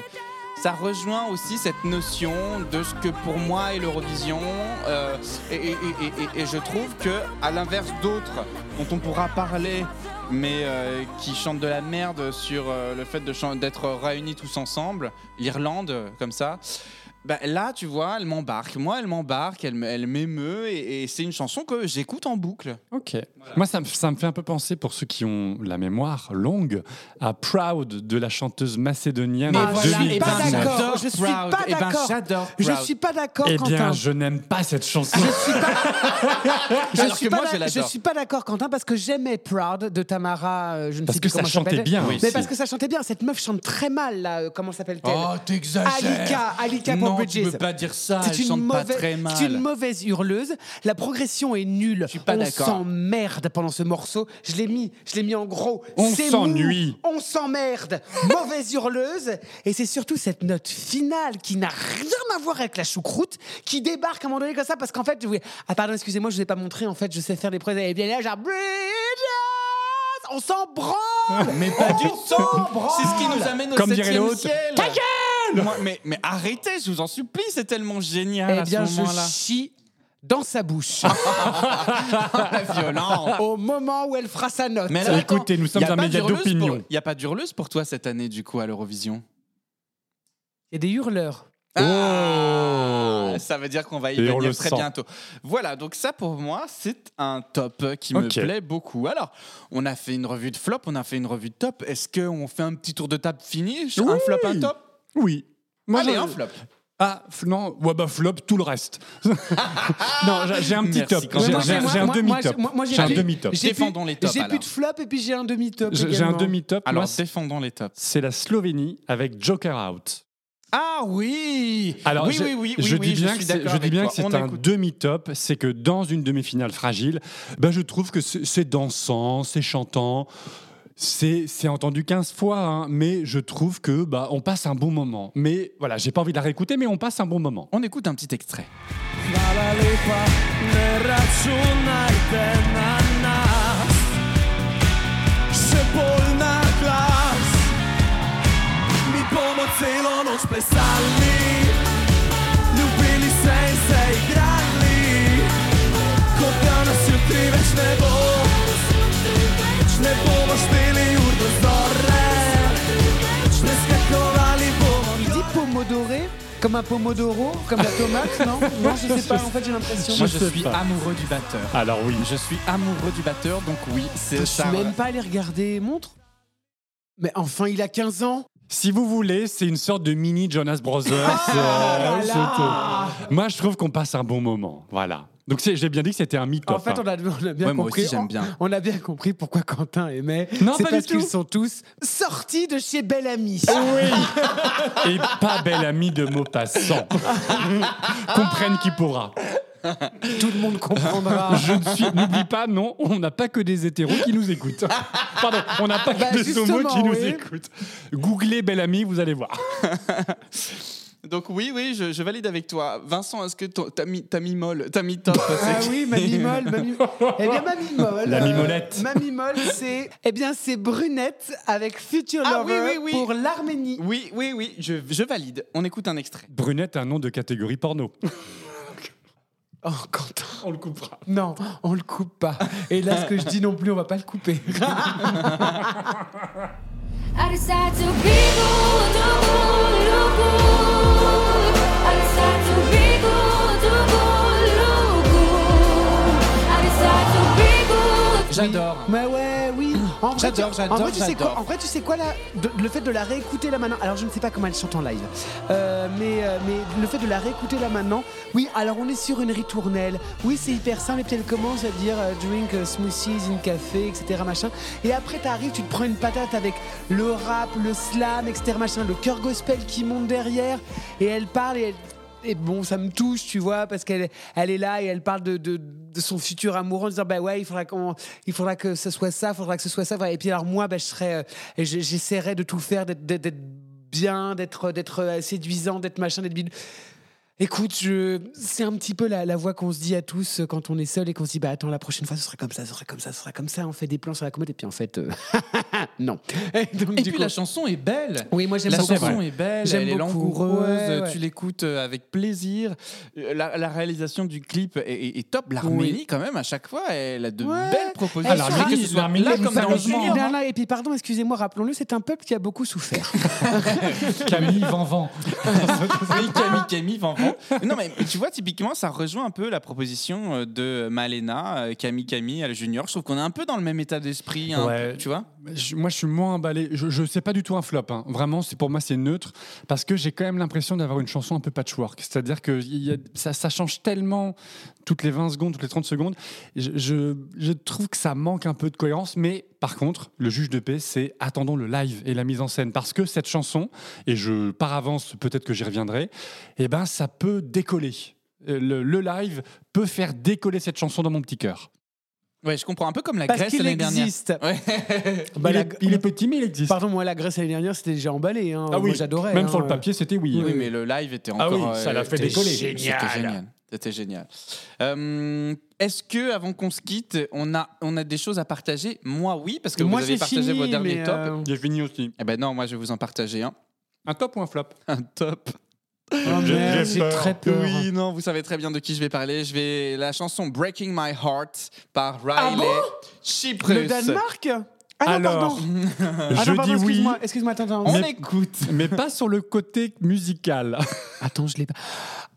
Speaker 7: ça rejoint aussi cette notion de ce que pour moi est l'Eurovision. euh, et, et- et- et- et- et je trouve que, à l'inverse d'autres dont on pourra parler, mais euh, qui chantent de la merde sur euh, le fait de chan- d'être réunis tous ensemble, l'Irlande, euh, comme ça. bah, là, tu vois, elle m'embarque. Moi, elle m'embarque, elle, m- elle m'émeut, et, et c'est une chanson que j'écoute en boucle.
Speaker 2: Ok. Moi, ça, me- ça me fait un peu penser, pour ceux qui ont la mémoire longue, à Proud de la chanteuse macédonienne
Speaker 6: Mais
Speaker 2: de
Speaker 6: voilà, et ben
Speaker 2: 2019.
Speaker 6: d'accord.
Speaker 7: j'adore
Speaker 6: je suis
Speaker 7: Proud.
Speaker 6: pas
Speaker 7: Eh ben,
Speaker 6: d'accord.
Speaker 7: j'adore
Speaker 6: Je
Speaker 7: Proud.
Speaker 6: suis pas d'accord,
Speaker 2: Eh bien,
Speaker 6: Quentin.
Speaker 2: je n'aime pas cette chanson.
Speaker 6: Je
Speaker 7: Alors
Speaker 6: suis
Speaker 7: que
Speaker 6: pas
Speaker 7: moi,
Speaker 6: d'ac-
Speaker 7: je l'adore.
Speaker 6: suis pas d'accord, Quentin, parce que j'aimais Proud de Tamara. euh, je ne
Speaker 2: Parce
Speaker 6: sais
Speaker 2: que
Speaker 6: plus comment
Speaker 2: ça
Speaker 6: elle
Speaker 2: chantait
Speaker 6: s'appelle.
Speaker 2: bien, oui,
Speaker 6: Mais
Speaker 2: si.
Speaker 6: parce que ça chantait bien. Cette meuf chante très mal, là. euh, Comment s'appelle-t-elle
Speaker 7: t'exagères
Speaker 6: Alika, Alika pour
Speaker 7: Oh, Non, tu
Speaker 6: Bridges.
Speaker 7: peux pas dire ça,
Speaker 6: C'est
Speaker 7: elle
Speaker 6: une,
Speaker 7: chante pas
Speaker 6: mauvaise-
Speaker 7: très mal.
Speaker 6: c'est une mauvaise hurleuse. La progression est nulle.
Speaker 7: suis pas
Speaker 6: on
Speaker 7: d'accord.
Speaker 6: s'emmerde pendant ce morceau. Je l'ai mis, je l'ai mis en gros.
Speaker 2: On
Speaker 6: C'est
Speaker 2: s'ennuie.
Speaker 6: mou, On s'emmerde. mauvaise hurleuse. Et c'est surtout cette note finale qui n'a rien à voir avec la choucroute qui débarque à un moment donné comme ça parce qu'en fait, je voulais- ah pardon, excusez-moi, je vous ai pas montré. En fait, je sais faire des preuves. Et bien là, genre Bridges. On s'en branle.
Speaker 7: Mais pas du
Speaker 6: On s'en branle.
Speaker 7: C'est ce qui nous amène au
Speaker 2: Comme dirait
Speaker 7: septième
Speaker 2: l'autre,
Speaker 7: ciel. Ta mais, mais arrêtez, je vous en supplie, c'est tellement génial
Speaker 6: Eh
Speaker 7: à
Speaker 6: bien,
Speaker 7: ce
Speaker 6: je
Speaker 7: moment-là.
Speaker 6: chie dans sa bouche.
Speaker 1: Ah,
Speaker 7: violent.
Speaker 6: au moment où elle fera sa note.
Speaker 7: Mais alors,
Speaker 2: Écoutez, nous sommes
Speaker 7: y a
Speaker 2: un
Speaker 7: pas
Speaker 2: média
Speaker 7: d'hurleuse
Speaker 2: d'opinion.
Speaker 7: pour- Il n'y a pas d'hurleuse pour toi cette année, du coup, à l'Eurovision
Speaker 6: Il y a des hurleurs.
Speaker 7: Ah, Ça veut dire qu'on va y
Speaker 2: Oh. Et on
Speaker 7: venir
Speaker 2: le
Speaker 7: très
Speaker 2: sent.
Speaker 7: bientôt. Voilà, donc ça pour moi, c'est un top qui
Speaker 2: Ok.
Speaker 7: me plaît beaucoup. Alors, on a fait une revue de flop, on a fait une revue de top. Est-ce qu'on fait un petit tour de table fini Un
Speaker 2: Oui.
Speaker 7: flop, un top
Speaker 2: Oui. Moi,
Speaker 7: Allez,
Speaker 2: je-
Speaker 7: un flop.
Speaker 2: Ah, f- non, ouais, bah flop, tout le reste. non, j'ai- j'ai un petit
Speaker 7: Merci,
Speaker 2: top.
Speaker 7: quand
Speaker 2: J'ai
Speaker 7: même.
Speaker 2: j'ai- j'ai
Speaker 6: Moi,
Speaker 2: un
Speaker 6: moi, moi,
Speaker 2: demi-top.
Speaker 6: moi, moi, j'ai
Speaker 2: J'ai un
Speaker 6: plus-
Speaker 2: demi-top.
Speaker 6: j'ai plus-
Speaker 7: Défendons les tops,
Speaker 6: J'ai plus
Speaker 7: alors.
Speaker 6: de flop et puis j'ai un demi-top.
Speaker 2: J'ai j'ai un
Speaker 6: également.
Speaker 2: demi-top.
Speaker 7: Alors,
Speaker 2: Moi,
Speaker 7: défendons les tops.
Speaker 2: C'est la Slovénie avec Joker Out.
Speaker 7: Ah oui
Speaker 2: Alors,
Speaker 7: oui,
Speaker 2: je,
Speaker 7: oui, oui,
Speaker 2: je
Speaker 7: oui,
Speaker 2: dis
Speaker 7: oui,
Speaker 2: bien
Speaker 7: je
Speaker 2: que
Speaker 7: suis
Speaker 2: c'est-
Speaker 7: d'accord
Speaker 2: je dis
Speaker 7: avec
Speaker 2: bien
Speaker 7: toi.
Speaker 2: que c'est
Speaker 7: On
Speaker 2: un
Speaker 7: écoute.
Speaker 2: demi-top, c'est que dans une demi-finale fragile, ben je trouve que c'est c'est dansant, c'est chantant, c'est c'est entendu 15 fois, hein, mais je trouve que bah, on passe un bon moment. Mais voilà, j'ai pas envie de la réécouter, mais on passe un bon moment.
Speaker 7: On écoute un petit extrait.
Speaker 10: Hvala lipa, ne računajte na nas Še bolj na glas Mi bomo celo noč plesali Ljubili se in se igrali Kot da nas jutri več ne bo Ne bomo šteli ur do zore Ne skakovali bomo
Speaker 6: Il dit pomodoré comme un pomodoro, comme la tomate, non Non, je sais pas. En fait, j'ai l'impression.
Speaker 7: Moi,
Speaker 6: Je
Speaker 7: je
Speaker 2: sais
Speaker 7: suis
Speaker 2: pas.
Speaker 7: amoureux du batteur.
Speaker 2: Alors oui,
Speaker 7: Je suis amoureux du batteur, donc oui, c'est
Speaker 6: suis
Speaker 7: ça.
Speaker 6: même pas allé regarder montre. Mais enfin, il a 15 ans.
Speaker 2: si vous voulez, c'est une sorte de mini Jonas
Speaker 7: Ah,
Speaker 2: Brothers. euh,
Speaker 6: Ah,
Speaker 2: c'était- Moi, je trouve qu'on passe un bon moment. Voilà. Donc c'est- j'ai bien dit que c'était un mi-top.
Speaker 6: En fait, on a, on a bien
Speaker 7: Ouais, moi
Speaker 6: compris.
Speaker 7: aussi, j'aime
Speaker 6: on-
Speaker 2: Oh.
Speaker 7: bien.
Speaker 6: On, a bien compris pourquoi Quentin aimait.
Speaker 2: Non,
Speaker 6: C'est
Speaker 2: pas du
Speaker 6: parce qu'ils
Speaker 2: tout.
Speaker 6: sont tous sortis de chez Belle Ami.
Speaker 2: hein. Et pas bel ami de Maupassant. Comprenne qui pourra.
Speaker 6: Tout le monde comprendra.
Speaker 2: Je ne suis- n'oublie pas, non, on n'a pas que des hétéros qui nous écoutent. Pardon, on n'a pas que
Speaker 6: Bah,
Speaker 2: des homos qui
Speaker 6: justement,
Speaker 2: nous
Speaker 6: oui.
Speaker 2: écoutent. Googlez Bel Ami, vous allez voir.
Speaker 7: Donc oui, oui, je, je valide avec toi. Vincent, est-ce que ton- t'as mis, t'as mis molle, t'as mis top
Speaker 6: Ah
Speaker 7: c'est-
Speaker 6: oui, Mamie Molle. Mamie... Eh bien, Mamie Molle.
Speaker 2: La
Speaker 6: euh,
Speaker 2: mimolette.
Speaker 6: Mamie Molle, c'est. Eh bien, c'est Brunette avec Future
Speaker 7: Ah oui,
Speaker 6: Lover
Speaker 7: oui, oui.
Speaker 6: pour l'Arménie.
Speaker 7: Oui, oui, oui, je, je valide. On écoute un extrait.
Speaker 2: Brunette, un nom de catégorie porno.
Speaker 6: Oh, Quentin.
Speaker 2: On le coupera.
Speaker 6: Non, on le coupe pas. Et là, ce que je dis non plus, on va pas le couper.
Speaker 3: I decide to be good, do good, look good. I decide to be good, do good, look good. I decide to be good.
Speaker 1: J'adore.
Speaker 6: Mais ouais, oui. En vrai,
Speaker 1: J'adore,
Speaker 6: tu-
Speaker 1: j'adore,
Speaker 6: En vrai, tu sais
Speaker 1: j'adore.
Speaker 6: quoi, en vrai, tu sais quoi là de- Le fait de la réécouter là maintenant. Alors, je ne sais pas comment elle chante en live. Euh, mais, euh, mais le fait de la réécouter là maintenant. Oui, alors on est sur une ritournelle. Oui, c'est hyper simple. Et puis elle commence à dire euh, drink euh, smoothies in café, etc. Machin. Et après, t'arrives, tu te prends une patate avec le rap, le slam, etc. Machin. Le cœur gospel qui monte derrière. Et elle parle et elle. Et bon, ça me touche, tu vois, parce qu'elle elle est là et elle parle de, de- de son futur amoureux en disant Bah ouais, il faudra, qu'on- il faudra que ce soit ça, il faudra que ce soit ça. Et puis alors, moi, bah, je serais, euh, je- j'essaierais de tout faire, d'être- d'être d'être bien, d'être d'être euh, séduisant, d'être machin, d'être bidou. Écoute, je... c'est un petit peu la, la voix qu'on se dit à tous euh, quand on est seul et qu'on se dit bah attends la prochaine fois ce sera comme ça, ce sera comme ça, ce sera comme ça. On fait des plans sur la commode et puis en fait euh, non. Et, donc,
Speaker 7: Et
Speaker 6: du
Speaker 7: puis
Speaker 6: coup-
Speaker 7: la chanson est belle.
Speaker 6: oui moi j'aime
Speaker 7: La
Speaker 6: beaucoup.
Speaker 7: chanson est belle,
Speaker 6: J'aime
Speaker 7: elle est
Speaker 6: beaucoup.
Speaker 7: langoureuse,
Speaker 6: Ouais, ouais.
Speaker 7: tu l'écoutes euh, avec plaisir. Euh, La, la réalisation du clip est, est- est top. L'Arménie, quand même, à chaque fois, elle a de
Speaker 6: Ouais.
Speaker 7: belles propositions.
Speaker 6: Alors,
Speaker 7: Mais
Speaker 2: l'Arménie,
Speaker 7: que ce soit
Speaker 2: l'Arménie,
Speaker 7: là
Speaker 2: vous
Speaker 7: comme
Speaker 2: savez,
Speaker 7: dans le genre.
Speaker 6: Et Ah, là, là, et puis pardon, excusez-moi, rappelons-le, c'est un peuple qui a beaucoup souffert.
Speaker 1: Camille Vanvan.
Speaker 7: Oui, Camille, Camille, Van Van. Non, mais tu vois, typiquement, ça rejoint un peu la proposition euh, de Malena, euh, Camille, Camille, elle junior. Je trouve qu'on est un peu dans le même état d'esprit, un
Speaker 2: Ouais.
Speaker 7: peu, tu vois.
Speaker 2: Je- moi, je suis moins emballé. Je, je sais pas du tout un flop. hein. Vraiment, c'est pour moi, c'est neutre parce que j'ai quand même l'impression d'avoir une chanson un peu patchwork. C'est-à-dire que il y a- ça, ça change tellement toutes les 20 secondes, toutes les 30 secondes. Je, je- je trouve que ça manque un peu de cohérence. Mais par contre, le juge de paix, c'est attendons le live et la mise en scène parce que cette chanson, et je par avance, peut-être que j'y reviendrai, eh ben, ça peut décoller. Euh, Le, le live peut faire décoller cette chanson dans mon petit cœur.
Speaker 7: Ouais, je comprends. Un peu comme la
Speaker 6: Parce
Speaker 7: Grèce
Speaker 6: qu'il
Speaker 7: l'année dernière.
Speaker 6: existe.
Speaker 7: Ouais.
Speaker 6: Bah,
Speaker 2: il,
Speaker 6: la-
Speaker 2: est, il est petit, mais il existe. Ah
Speaker 6: Pardon, moi, la Grèce l'année dernière, c'était déjà emballé. Hein. Moi, j'adorais.
Speaker 2: Même
Speaker 6: hein.
Speaker 2: sur le papier, c'était oui.
Speaker 7: Oui, mais le live était
Speaker 2: Ah
Speaker 7: encore.
Speaker 2: oui, ça
Speaker 7: euh,
Speaker 2: l'a fait
Speaker 7: c'était
Speaker 2: décoller.
Speaker 7: génial. C'était génial. C'était génial. Euh, Est-ce que avant qu'on se quitte, on a on a des choses à partager Moi, oui, parce que
Speaker 6: Moi,
Speaker 7: vous avez
Speaker 6: j'ai
Speaker 7: partagé
Speaker 6: fini,
Speaker 7: vos derniers
Speaker 6: mais,
Speaker 7: tops.
Speaker 6: euh,
Speaker 2: J'ai fini aussi.
Speaker 7: Eh ben non, moi, je vais vous en partager un.
Speaker 2: Un top ou un flop
Speaker 7: Un top.
Speaker 2: Ah,
Speaker 6: Oh, merde, j'ai très peur.
Speaker 7: Oui, non, vous savez très bien de qui je vais parler. Je vais la chanson Breaking My Heart par Riley Chyprus.
Speaker 6: Ah Le Danemark Ah non,
Speaker 2: Alors,
Speaker 6: pardon. Ah non,
Speaker 2: Je
Speaker 6: pardon,
Speaker 2: dis oui,
Speaker 6: Excuse-moi, excuse-moi, attends, attends.
Speaker 7: On
Speaker 2: Mais-
Speaker 7: écoute.
Speaker 2: mais pas sur le côté musical.
Speaker 6: Attends, je l'ai pas.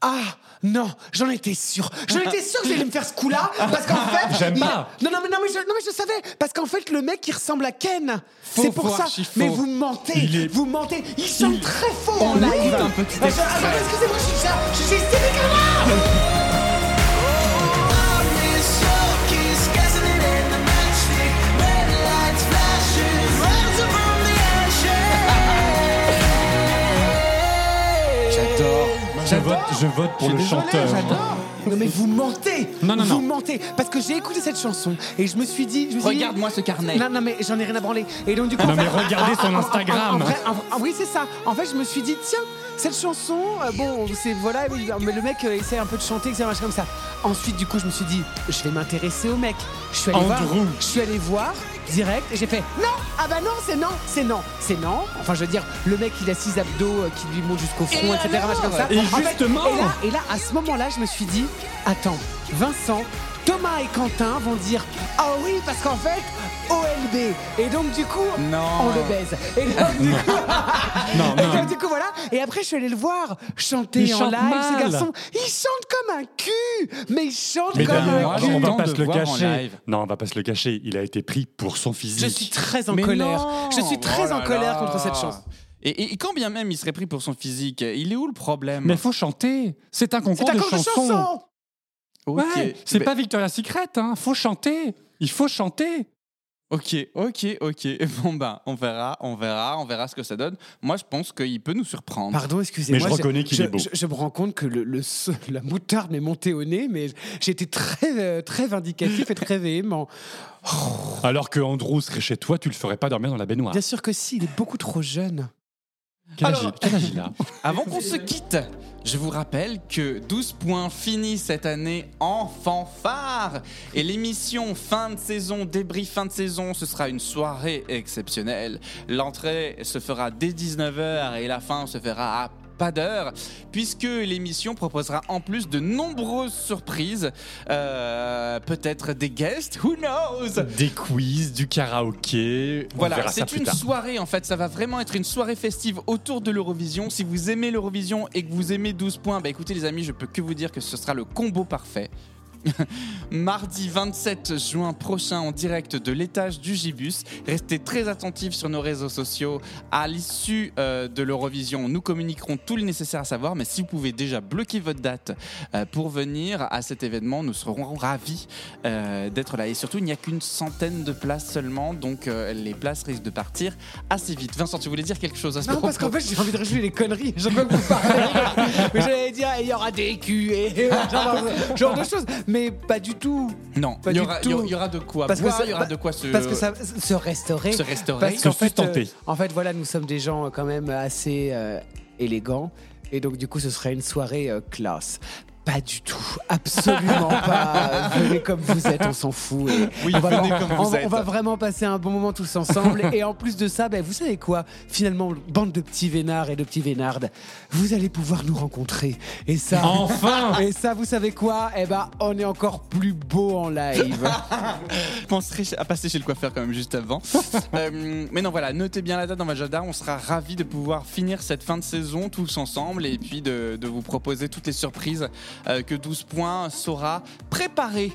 Speaker 6: Ah non, j'en étais sûr. J'en étais sûr que j'allais me faire ce coup-là parce qu'en fait,
Speaker 2: Ah. J'aime
Speaker 6: il-
Speaker 2: pas.
Speaker 6: Non non mais non mais je, non, mais je savais parce qu'en fait le mec il ressemble à Ken. C'est pour
Speaker 7: faux,
Speaker 6: ça.
Speaker 7: archi faux.
Speaker 6: Mais vous mentez,
Speaker 2: Il est-
Speaker 6: vous mentez. Il chante très faux en
Speaker 7: l'écoute
Speaker 6: live.
Speaker 7: un petit
Speaker 6: Ah, je-
Speaker 7: extrait.
Speaker 6: attends, excusez-moi, je suis je suis hystérique, là.
Speaker 7: J'adore.
Speaker 2: Je vote, je vote pour
Speaker 7: Je
Speaker 2: le
Speaker 7: suis désolé,
Speaker 2: chanteur.
Speaker 6: Non mais vous mentez
Speaker 2: Non, non,
Speaker 6: Vous
Speaker 2: non.
Speaker 6: mentez Parce que j'ai écouté cette chanson et je me suis dit... je me suis dit-
Speaker 7: Regarde-moi ce carnet.
Speaker 6: Non, non mais j'en ai rien à branler. Et donc du coup...
Speaker 2: Non,
Speaker 6: en
Speaker 2: mais
Speaker 6: fait-
Speaker 2: regardez son
Speaker 6: en- en- en-
Speaker 2: Instagram.
Speaker 6: en vrai- en- en- oui c'est ça. En fait je me suis dit tiens, cette chanson, euh, bon c'est voilà, oui, mais le mec euh, essaie un peu de chanter, etc. machin comme ça. Ensuite du coup je me suis dit je vais m'intéresser au mec. Je suis allé
Speaker 2: Andrew.
Speaker 6: voir. Je suis allé voir direct et j'ai fait non ah bah non c'est non c'est non c'est non enfin je veux dire le mec il a six abdos euh, qui lui montent jusqu'au front etc machin comme ça
Speaker 2: Et
Speaker 6: En fait,
Speaker 2: justement
Speaker 6: et là, et là, à ce moment-là, je me suis dit, attends, Vincent, Thomas et Quentin vont dire, ah oui, parce qu'en fait, OLB. Et donc, du coup,
Speaker 7: Non.
Speaker 6: on Oh, le baise. Et donc, du coup,
Speaker 2: Non,
Speaker 6: et
Speaker 2: non.
Speaker 6: donc, du coup, voilà. Et après, je suis allé le voir chanter
Speaker 2: Il
Speaker 6: en
Speaker 2: chante
Speaker 6: live, ce
Speaker 2: mal.
Speaker 6: garçon. Il chante comme un cul, mais il chante
Speaker 2: Mais
Speaker 6: comme
Speaker 7: d'ailleurs,
Speaker 6: un
Speaker 2: d'ailleurs,
Speaker 6: cul.
Speaker 2: on va
Speaker 7: Content
Speaker 2: pas
Speaker 7: de
Speaker 2: se le
Speaker 7: voir en
Speaker 2: cacher.
Speaker 7: live.
Speaker 2: Non, on va pas se le cacher. Il a été pris pour son
Speaker 6: Je suis
Speaker 2: physique.
Speaker 6: très en
Speaker 7: Mais
Speaker 6: colère.
Speaker 7: non
Speaker 6: Je suis très
Speaker 7: Oh là
Speaker 6: en colère
Speaker 7: là.
Speaker 6: contre cette chanson.
Speaker 7: Et, et- et quand bien même il serait pris pour son physique, il est où le problème
Speaker 2: Mais faut chanter. C'est un
Speaker 6: C'est
Speaker 2: concours
Speaker 6: un
Speaker 2: de
Speaker 6: concours de
Speaker 2: chansons.
Speaker 6: chansons.
Speaker 7: Ok. Ben,
Speaker 2: Ouais, c'est
Speaker 7: Mais-
Speaker 2: pas Victoria's Secret. Hein. Faut chanter. Il faut chanter.
Speaker 7: Ok, ok, ok. Bon bah, on verra, on verra, on verra ce que ça donne. Moi, je pense qu'il peut nous surprendre.
Speaker 1: Pardon, excusez-moi.
Speaker 2: Mais je reconnais qu'il
Speaker 1: je-
Speaker 2: est beau.
Speaker 1: Je, je me rends compte que le, le se- la moutarde m'est montée au nez, mais j'étais très, euh, très vindicatif et très véhément.
Speaker 2: Alors que Andrew serait chez toi, tu le ferais pas dormir dans la baignoire.
Speaker 1: Bien sûr que si, il est beaucoup trop jeune.
Speaker 2: Quel âge,
Speaker 7: Alors-
Speaker 2: quel âge il a
Speaker 7: Avant qu'on se quitte, je vous rappelle que 12 points finit cette année en fanfare. Et l'émission fin de saison, débrief fin de saison, ce sera une soirée exceptionnelle. L'entrée se fera dès 19h et la fin se fera à pas d'heure, puisque l'émission proposera en plus de nombreuses surprises, Euh, peut-être des guests, who knows
Speaker 2: Des quiz, du karaoké. on
Speaker 7: voilà,
Speaker 2: verra ça
Speaker 7: c'est
Speaker 2: plus
Speaker 7: une
Speaker 2: tard.
Speaker 7: soirée en fait, ça va vraiment être une soirée festive autour de l'Eurovision. Si vous aimez l'Eurovision et que vous aimez 12 points, bah écoutez les amis, je peux que vous dire que ce sera le combo parfait. Mardi 27 juin prochain en direct de l'étage du Gibus. Restez très attentifs sur nos réseaux sociaux. À l'issue euh, de l'Eurovision, nous communiquerons tout le nécessaire à savoir, mais si vous pouvez déjà bloquer votre date euh, pour venir à cet événement, nous serons ravis euh, d'être là. Et surtout, il n'y a qu'une centaine de places seulement, donc euh, les places risquent de partir assez vite. Vincent, tu voulais dire quelque chose à ce
Speaker 1: Non,
Speaker 7: propos
Speaker 1: parce qu'en fait, j'ai envie de rajouter les conneries. J'en peux vous parler. mais j'allais dire, il y aura des culs et genre, genre de choses. Mais pas du tout.
Speaker 7: Non,
Speaker 1: pas
Speaker 7: il y,
Speaker 1: du
Speaker 7: aura-
Speaker 1: tout.
Speaker 7: il y aura- il y aura de quoi
Speaker 1: Parce que
Speaker 7: boire,
Speaker 1: ça-
Speaker 7: il y aura de quoi se,
Speaker 1: Parce que ça se restaurer.
Speaker 7: se restaurer.
Speaker 1: Parce
Speaker 2: Se
Speaker 1: qu'en fait,
Speaker 2: sustenter.
Speaker 1: euh, en fait, voilà, nous sommes des gens euh, quand même assez euh, élégants. Et donc, du coup, ce serait une soirée euh, classe. Pas du tout, absolument pas. Venez comme vous êtes, on s'en fout. et
Speaker 7: Oui,
Speaker 1: on, va,
Speaker 7: venez
Speaker 1: on-
Speaker 7: comme
Speaker 1: on
Speaker 7: vous
Speaker 1: va-
Speaker 7: êtes.
Speaker 1: on va vraiment passer un bon moment tous ensemble. et en plus de ça, ben, vous savez quoi Finalement, bande de petits vénards et de petits vénardes, vous allez pouvoir nous rencontrer. Et ça,
Speaker 2: Enfin
Speaker 1: et ça, vous savez quoi Eh ben, on est encore plus beau en live.
Speaker 7: Je penserais à passer chez le coiffeur quand même juste avant. Euh, mais non, voilà, notez bien la date dans votre agenda. On sera ravis de pouvoir finir cette fin de saison tous ensemble et puis de, de vous proposer toutes les surprises euh, que 12 points saura préparer.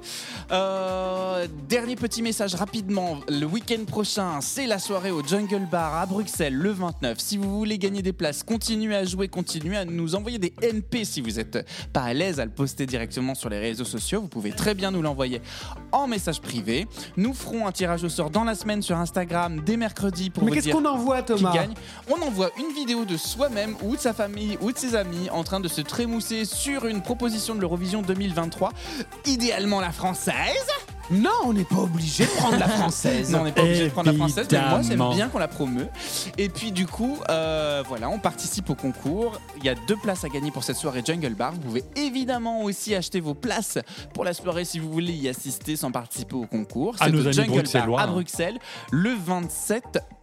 Speaker 7: Euh, dernier petit message rapidement. Le week-end prochain, c'est la soirée au Jungle Bar à Bruxelles le 29. Si vous voulez gagner des places, continuez à jouer, continuez à nous envoyer des NP si vous n'êtes pas à l'aise à le poster directement sur les réseaux sociaux. Vous pouvez très bien nous l'envoyer en message privé. Nous ferons un tirage au sort dans la semaine sur Instagram dès mercredi pour
Speaker 1: Mais
Speaker 7: vous
Speaker 1: qu'est-ce
Speaker 7: dire
Speaker 1: qu'on envoie,
Speaker 7: qui
Speaker 1: Thomas
Speaker 7: gagne. On envoie une vidéo de soi-même ou de sa famille ou de ses amis en train de se trémousser sur une proposition de l'Eurovision 2023, idéalement la française.
Speaker 1: Non, on n'est pas obligé de prendre la française.
Speaker 7: Non, on n'est pas obligé de prendre la française, mais moi j'aime
Speaker 2: Évidemment.
Speaker 7: bien qu'on la promeut. Et puis du coup, euh, voilà, on participe au concours. Il y a deux places à gagner pour cette soirée Jungle Bar. Vous pouvez évidemment aussi acheter vos places pour la soirée si vous voulez y assister sans participer au concours.
Speaker 2: À
Speaker 7: C'est
Speaker 2: nos
Speaker 7: au
Speaker 2: amis
Speaker 7: Jungle Bar
Speaker 2: bruxellois,
Speaker 7: à
Speaker 2: hein.
Speaker 7: Bruxelles le 27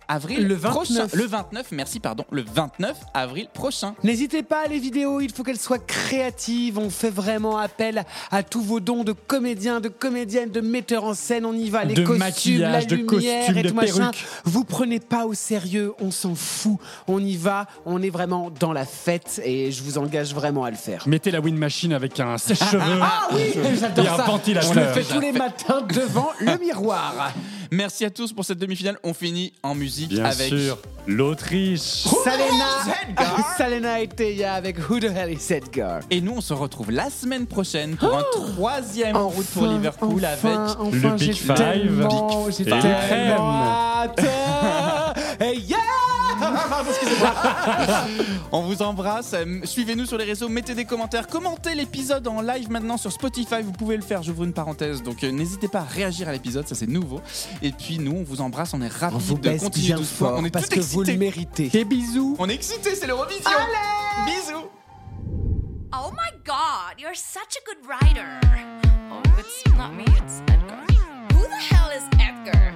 Speaker 7: avril
Speaker 1: Le
Speaker 7: prochain.
Speaker 1: 29.
Speaker 7: Le 29, merci, pardon, le 29 avril prochain.
Speaker 1: N'hésitez pas, les vidéos, il faut qu'elles soient créatives. On fait vraiment appel à tous vos dons de comédiens, de comédiennes, de metteurs en scène. On y va, les
Speaker 2: De
Speaker 1: costumes, la
Speaker 2: maquillage, de
Speaker 1: lumière
Speaker 2: costumes,
Speaker 1: et
Speaker 2: de
Speaker 1: tout machin.
Speaker 2: perruques.
Speaker 1: Vous prenez pas au sérieux, on s'en fout. On y va, on est vraiment dans la fête et je vous engage vraiment à le faire.
Speaker 2: Mettez la wind machine avec un sèche-cheveux
Speaker 1: Ah oui,
Speaker 2: et
Speaker 1: j'adore
Speaker 2: un
Speaker 1: ça.
Speaker 2: ventilateur.
Speaker 1: Je le fais tous les matins devant le miroir.
Speaker 7: Merci à tous pour cette demi-finale. On finit en musique
Speaker 2: Bien
Speaker 7: avec
Speaker 2: sûr, l'Autriche.
Speaker 1: Salena, Salena et Teya avec Who the Hell is that girl?
Speaker 7: Et nous, on se retrouve la semaine prochaine pour un troisième en
Speaker 1: En
Speaker 7: route pour Liverpool avec.
Speaker 2: le Big Five.
Speaker 1: Tellement, j'ai
Speaker 2: Et les crèmes.
Speaker 1: tellement hâte. Et yeah
Speaker 7: On vous embrasse. euh, Suivez-nous sur les réseaux, mettez des commentaires, commentez l'épisode en live maintenant sur Spotify. Vous pouvez le faire, j'ouvre une parenthèse. Donc euh, n'hésitez pas à réagir à l'épisode, ça c'est nouveau. Et puis nous, on vous embrasse, on est
Speaker 1: On
Speaker 7: ravis
Speaker 1: vous
Speaker 7: de
Speaker 1: baisse
Speaker 7: continuer
Speaker 1: bien
Speaker 7: tout ce soir.
Speaker 1: fort
Speaker 7: On est
Speaker 1: parce
Speaker 7: tout
Speaker 1: que vous le
Speaker 7: excités.
Speaker 1: méritez.
Speaker 7: On est excités, c'est l'Eurovision. Bisous.
Speaker 3: Oh my god, you're such a good writer. Oh, it's not me, it's Edgar. Who the hell is Edgar?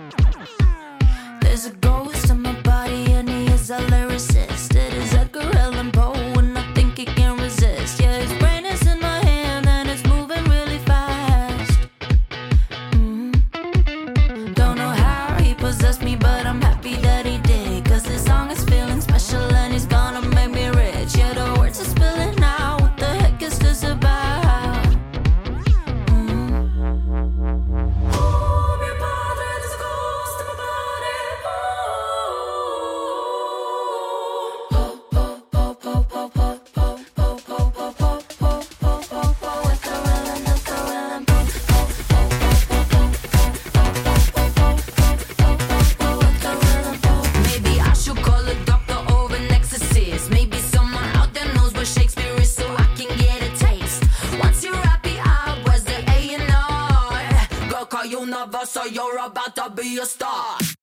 Speaker 9: There's a ghost in my body and he is a lyricist. It is Edgar Allan Poe and I think he can resist. Yeah, his brain is in my hand and it's moving really fast. Mhm. Don't know how he possessed me, but I'm happy that he did. Cause this song is feeling special and he's gonna make me rich. Yeah, the words are spilling out. What the heck is this about? Mhm. Oh, mio padre, there's a ghost in my body. Oh. of us, so you're about to be a star. Oh.